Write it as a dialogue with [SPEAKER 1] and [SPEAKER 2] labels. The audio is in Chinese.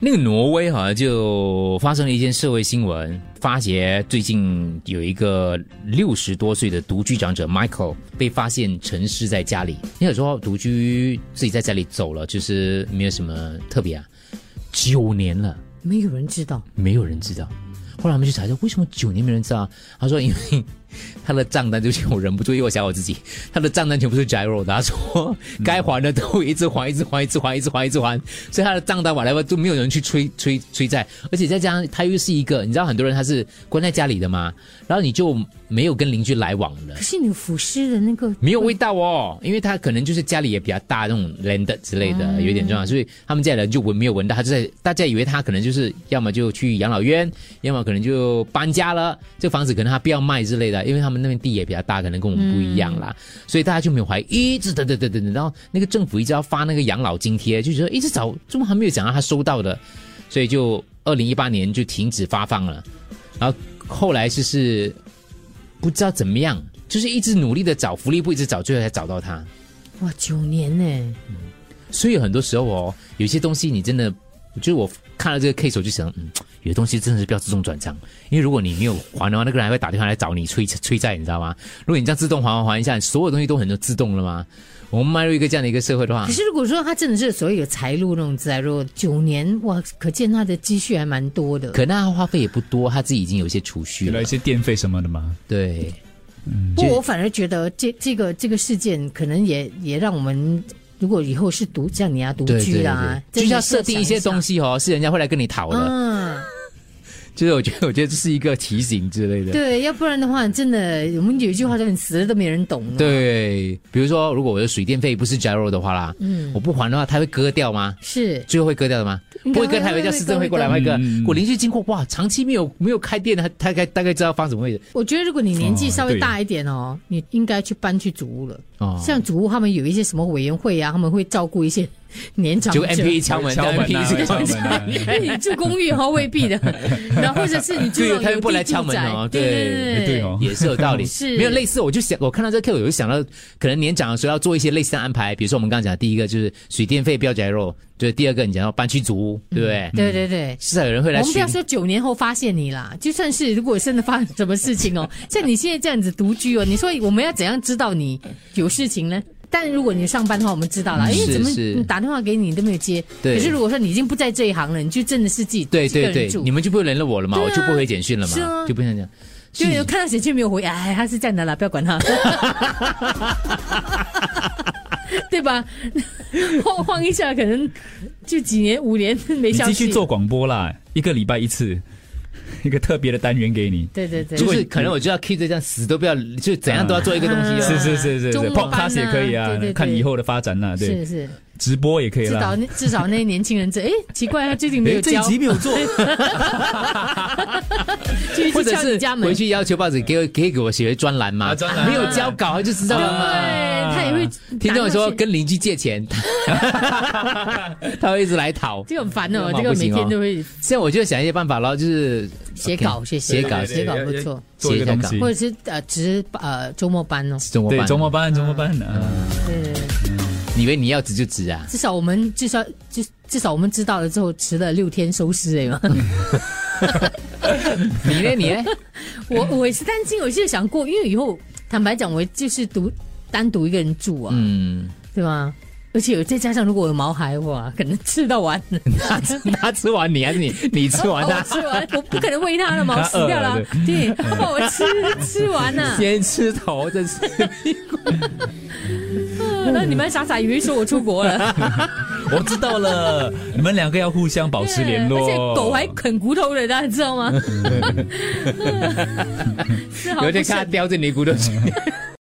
[SPEAKER 1] 那个挪威好像就发生了一件社会新闻，发觉最近有一个六十多岁的独居长者 Michael 被发现沉尸在家里。你有时候独居自己在家里走了，就是没有什么特别啊，九年了。
[SPEAKER 2] 没有人知道，
[SPEAKER 1] 没有人知道。后来我们去查一下，为什么九年没人知道？他说，因为他的账单，对不起，我忍不住又想我自己，他的账单全部是 gyro 的。他说，该还的都一直还，一直还，一直还，一直还，一直还，所以他的账单 whatever 都没有人去催催催债，而且再加上他又是一个，你知道很多人他是关在家里的嘛，然后你就没有跟邻居来往了
[SPEAKER 2] 可。是你有腐尸的那个
[SPEAKER 1] 没有味道哦，因为他可能就是家里也比较大，那种 land 之类的，有一点重要，所以他们家里人就闻没有闻到，他就在大家以为他可能就是要么就去养老院，要么可能就搬家了，这房子可能他不要卖之类的，因为他们那边地也比较大，可能跟我们不一样啦，所以大家就没有怀疑，一直等等等等等，然后那个政府一直要发那个养老津贴，就觉得一直找，怎么还没有讲到他收到的，所以就二零一八年就停止发放了，然后后来就是不知道怎么样，就是一直努力的找福利部，一直找，最后才找到他。
[SPEAKER 2] 哇，九年呢，
[SPEAKER 1] 所以很多时候哦，有些东西你真的，就是我看了这个 case 我就想，嗯，有东西真的是不要自动转账，因为如果你没有还的话，那个人还会打电话来找你催催债，你知道吗？如果你这样自动还还还一下，所有东西都很多自动了吗？我们迈入一个这样的一个社会的话嗯
[SPEAKER 2] 可，是如果说他真的是所谓有财路那种自然弱，九年哇，可见他的积蓄还蛮多的。
[SPEAKER 1] 可能他花费也不多，他自己已经有一些储蓄
[SPEAKER 3] 给了
[SPEAKER 1] 了
[SPEAKER 3] 一，些电费什么的嘛。
[SPEAKER 1] 对。
[SPEAKER 2] 不过我反而觉得这这个这个事件可能也也让我们，如果以后是独像你啊独
[SPEAKER 1] 对
[SPEAKER 2] 居
[SPEAKER 1] 对
[SPEAKER 2] 啦，
[SPEAKER 1] 对，就是要设定一些东
[SPEAKER 2] 西。
[SPEAKER 1] 西哦，是人家会来跟你讨的。
[SPEAKER 2] 嗯，
[SPEAKER 1] 就是我觉得，我觉得这是一个提醒之类的。
[SPEAKER 2] 对，要不然的话，真的我们有一句话叫“你死了都没人懂”。，啊
[SPEAKER 1] 对，比如说，如果我的水电费不是 gyro 的话啦，
[SPEAKER 2] 嗯
[SPEAKER 1] 我不还的话，他会割掉吗？
[SPEAKER 2] 是
[SPEAKER 1] 最后会割掉的吗？不会割，他会叫市政会过来。卖割
[SPEAKER 3] 嗯。
[SPEAKER 1] 我邻居经过，哇，长期没有没有开店，他大概大概知道放什么位置
[SPEAKER 2] 我觉得如果你年纪
[SPEAKER 3] 哦
[SPEAKER 2] 稍微
[SPEAKER 3] 对
[SPEAKER 2] 大一点哦，你应该去搬去祖屋了。
[SPEAKER 1] 哦。
[SPEAKER 2] 像祖屋他们有一些什么委员会啊，他们会照顾一些年长
[SPEAKER 1] 结
[SPEAKER 2] 者。
[SPEAKER 1] 果 M P 一敲门，
[SPEAKER 3] 敲门啊
[SPEAKER 1] MP 一直
[SPEAKER 3] 敲门啊
[SPEAKER 2] 哎你住公寓哈未必的，然后或者是你住
[SPEAKER 1] 对
[SPEAKER 2] 那种
[SPEAKER 1] 他们
[SPEAKER 2] 有
[SPEAKER 1] 不
[SPEAKER 2] 地
[SPEAKER 1] 来
[SPEAKER 2] 住
[SPEAKER 1] 敲门
[SPEAKER 2] 宅
[SPEAKER 1] 哦
[SPEAKER 2] 对
[SPEAKER 1] 对
[SPEAKER 2] 对
[SPEAKER 3] 对 哦
[SPEAKER 1] 也是有道理，
[SPEAKER 2] 是
[SPEAKER 1] 没有类似。我就想，我看到这个 Q，我就想到，可能年长的时候要做一些类似的安排，比如说我们刚刚讲的第一个就是水电费不要 gyro，就是第二个你讲要搬去租屋，对不对？
[SPEAKER 2] 对对对。
[SPEAKER 1] 至少有人会来
[SPEAKER 2] 我们不
[SPEAKER 1] 巡
[SPEAKER 2] 要说九年后发现你啦，就算是如果真的发生什么事情哦，像你现在这样子独居哦，你说我们要怎样知道你有事情呢？但如果你上班的话，我们知道啦，
[SPEAKER 1] 嗯
[SPEAKER 2] 因为
[SPEAKER 1] 是
[SPEAKER 2] 怎么
[SPEAKER 1] 是
[SPEAKER 2] 你打电话给你你都没有接。
[SPEAKER 1] 对
[SPEAKER 2] 可是如果说你已经不在这一行了，你就真的是自己
[SPEAKER 1] 对
[SPEAKER 2] 自己
[SPEAKER 1] 对
[SPEAKER 2] 一个人
[SPEAKER 1] 对，
[SPEAKER 2] 住
[SPEAKER 1] 你。们就不会联络我了嘛，
[SPEAKER 2] 对啊
[SPEAKER 1] 我就不回简讯了嘛，
[SPEAKER 2] 是啊
[SPEAKER 1] 就不想讲。
[SPEAKER 2] 就是有看到谁却没有回，哎，他是这样的啦，不要管他，对吧？晃晃一下，可能就几年、五年没
[SPEAKER 3] 你
[SPEAKER 2] 消
[SPEAKER 3] 继
[SPEAKER 2] 息。
[SPEAKER 3] 续做广播啦，一个礼拜一次，一个特别的单元给你。
[SPEAKER 2] 对对对，
[SPEAKER 1] 就是可能我就要 keep 着这样，死都不要，就怎样都要做一个东 西
[SPEAKER 2] 啊
[SPEAKER 1] 哦。
[SPEAKER 3] 是是是是是
[SPEAKER 2] 中文班啊
[SPEAKER 3] ，podcast 也可以啊
[SPEAKER 2] 对对对，
[SPEAKER 3] 看以后的发展啦，对，
[SPEAKER 2] 是是，
[SPEAKER 3] 直播也可以
[SPEAKER 2] 至少
[SPEAKER 3] 啦。
[SPEAKER 2] 那至少那年轻人这，哎，奇怪，他最近没有
[SPEAKER 3] 诶这一
[SPEAKER 2] 交，
[SPEAKER 3] 集没有 做，
[SPEAKER 2] 就一
[SPEAKER 1] 或
[SPEAKER 2] 直
[SPEAKER 1] 者
[SPEAKER 2] 敲
[SPEAKER 1] 是
[SPEAKER 2] 你家门
[SPEAKER 1] 回。去要求报纸给我可以给我写专栏嘛
[SPEAKER 3] 啊专栏，
[SPEAKER 1] 没有交稿他就知道了嘛。
[SPEAKER 2] 对，他也会
[SPEAKER 1] 听众说
[SPEAKER 2] 打过去
[SPEAKER 1] 跟邻居借 钱，他会一直来讨。
[SPEAKER 2] 这个很烦哦，
[SPEAKER 1] 这样嘛
[SPEAKER 2] 这个
[SPEAKER 1] 不
[SPEAKER 2] 每
[SPEAKER 1] 行哦
[SPEAKER 2] 天都会
[SPEAKER 1] 现在我就想一些办法咯，就是
[SPEAKER 2] 写稿，写
[SPEAKER 1] 写稿
[SPEAKER 2] 写稿不错，
[SPEAKER 3] 做一个东
[SPEAKER 1] 写
[SPEAKER 3] 西
[SPEAKER 2] 或。者是呃值呃周末班哦，
[SPEAKER 1] 怎么
[SPEAKER 3] 对，
[SPEAKER 1] 办？
[SPEAKER 3] 周末班，周末班啊，
[SPEAKER 2] 对对对。
[SPEAKER 1] 你以为你要值就值啊？
[SPEAKER 2] 至少我们至少至至少我们知道了之后，迟了六天收尸哎嘛。
[SPEAKER 1] 你呢？你呢？
[SPEAKER 2] 我我也是担心，我是想过，因为以后坦白讲，我就是独单独一个人住啊，
[SPEAKER 1] 嗯，
[SPEAKER 2] 对吧？而且有再加上如果有毛孩哇，可能吃到完，
[SPEAKER 1] 他吃他吃完你还是你你吃完啊
[SPEAKER 2] 我
[SPEAKER 1] 他？
[SPEAKER 2] 吃完， 我不可能喂它了嘛，我
[SPEAKER 3] 它
[SPEAKER 2] 死掉
[SPEAKER 3] 饿
[SPEAKER 2] 了
[SPEAKER 3] 了，
[SPEAKER 2] 对，他把我吃吃 完 呐、
[SPEAKER 1] 先吃头，真是。
[SPEAKER 2] 然后你们傻傻以为说我出国了，
[SPEAKER 3] 我知道了，你们两个要互相保持 联
[SPEAKER 2] 而
[SPEAKER 3] 络。
[SPEAKER 2] 且狗还啃骨头的，大家知道吗？丝毫
[SPEAKER 1] 有
[SPEAKER 2] 不
[SPEAKER 1] 一天
[SPEAKER 2] 是
[SPEAKER 1] 看他叼着尼姑的水。